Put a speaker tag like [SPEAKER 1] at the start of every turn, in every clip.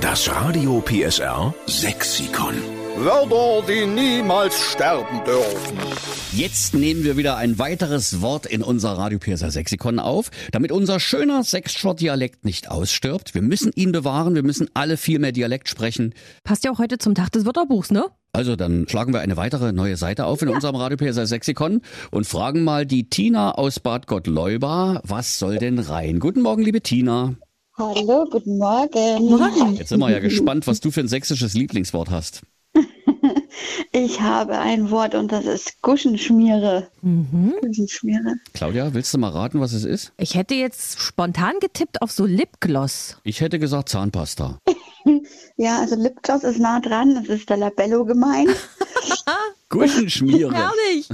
[SPEAKER 1] Das Radio PSR Sexikon.
[SPEAKER 2] Wörter, die niemals sterben dürfen.
[SPEAKER 3] Jetzt nehmen wir wieder ein weiteres Wort in unser Radio PSR Sexikon auf, damit unser schöner Sexshort-Dialekt nicht ausstirbt. Wir müssen ihn bewahren, wir müssen alle viel mehr Dialekt sprechen.
[SPEAKER 4] Passt ja auch heute zum Tag des Wörterbuchs, ne?
[SPEAKER 3] Also dann schlagen wir eine weitere neue Seite auf in unserem Radio PSR Sexikon und fragen mal die Tina aus Bad Gottleuba, was soll denn rein? Guten Morgen, liebe Tina.
[SPEAKER 5] Hallo, guten Morgen.
[SPEAKER 3] Jetzt sind wir ja gespannt, was du für ein sächsisches Lieblingswort hast.
[SPEAKER 5] Ich habe ein Wort und das ist Guschenschmiere. Guschenschmiere.
[SPEAKER 3] Claudia, willst du mal raten, was es ist?
[SPEAKER 4] Ich hätte jetzt spontan getippt auf so Lipgloss.
[SPEAKER 3] Ich hätte gesagt Zahnpasta.
[SPEAKER 5] Ja, also Lipgloss ist nah dran, das ist der Labello gemeint.
[SPEAKER 3] Guschenschmiere.
[SPEAKER 4] Herrlich!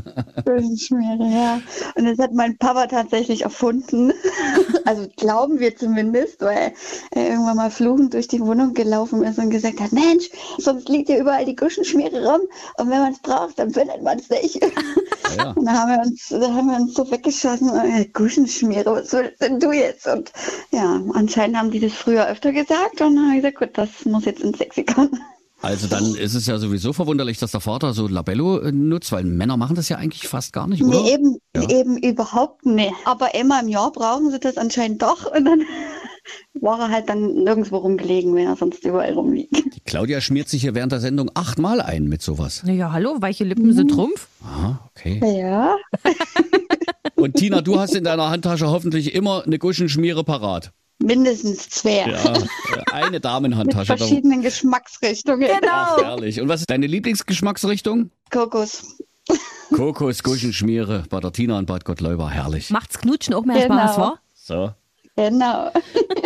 [SPEAKER 5] Guschenschmiere, ja. Und das hat mein Papa tatsächlich erfunden. Also glauben wir zumindest, weil er irgendwann mal fluchend durch die Wohnung gelaufen ist und gesagt hat, Mensch, sonst liegt hier überall die Guschenschmiere rum und wenn man es braucht, dann findet man es nicht.
[SPEAKER 3] Ja, ja.
[SPEAKER 5] Und da haben wir uns, da haben wir uns so weggeschossen, äh, Guschenschmiere, was willst denn du jetzt? Und ja, anscheinend haben die das früher öfter gesagt und dann haben wir gesagt, gut, das muss jetzt ins Sexikon.
[SPEAKER 3] Also dann ist es ja sowieso verwunderlich, dass der Vater so Labello äh, nutzt, weil Männer machen das ja eigentlich fast gar nicht, oder?
[SPEAKER 5] Nee, eben,
[SPEAKER 3] Ja.
[SPEAKER 5] eben überhaupt nicht. Aber einmal im Jahr brauchen sie das anscheinend doch und dann war er halt dann nirgendwo rumgelegen, wenn er sonst überall rumliegt.
[SPEAKER 3] Die Claudia schmiert sich hier während der Sendung achtmal ein mit sowas.
[SPEAKER 4] Naja, hallo, weiche Lippen sind Trumpf.
[SPEAKER 3] Aha, okay.
[SPEAKER 5] Ja,
[SPEAKER 3] Und Tina, du hast in deiner Handtasche hoffentlich immer eine Guschenschmiere parat.
[SPEAKER 5] mindestens zwei.
[SPEAKER 3] Ja, äh, eine
[SPEAKER 5] Mit
[SPEAKER 3] Damenhandtasche.
[SPEAKER 5] verschiedenen Geschmacksrichtungen.
[SPEAKER 3] Ach, herrlich. Und was ist deine Lieblingsgeschmacksrichtung?
[SPEAKER 5] Kokos.
[SPEAKER 3] Kokos, Guschenschmiere bei der Tina und Bad Gottleuber. Herrlich.
[SPEAKER 4] Macht's knutschen auch mehr
[SPEAKER 5] Genau.
[SPEAKER 4] Spaß, wa?
[SPEAKER 3] So.
[SPEAKER 5] Genau.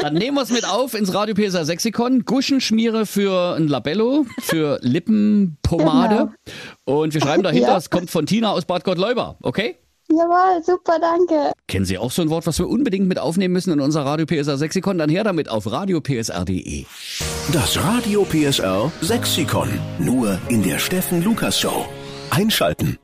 [SPEAKER 3] Dann nehmen wir es mit auf ins Radio PSA Sexikon. Guschenschmiere für ein Labello, für Lippenpomade. Und wir schreiben dahinter,
[SPEAKER 5] Ja.
[SPEAKER 3] es kommt von Tina aus Bad Gottleuber. Okay?
[SPEAKER 5] Jawohl, super, danke.
[SPEAKER 3] Kennen Sie auch so ein Wort, was wir unbedingt mit aufnehmen müssen in unser Radio PSR Sexikon? Dann her damit auf radiopsr.de.
[SPEAKER 1] Das Radio PSR Sexikon. Nur in der Steffen Lukas Show. Einschalten.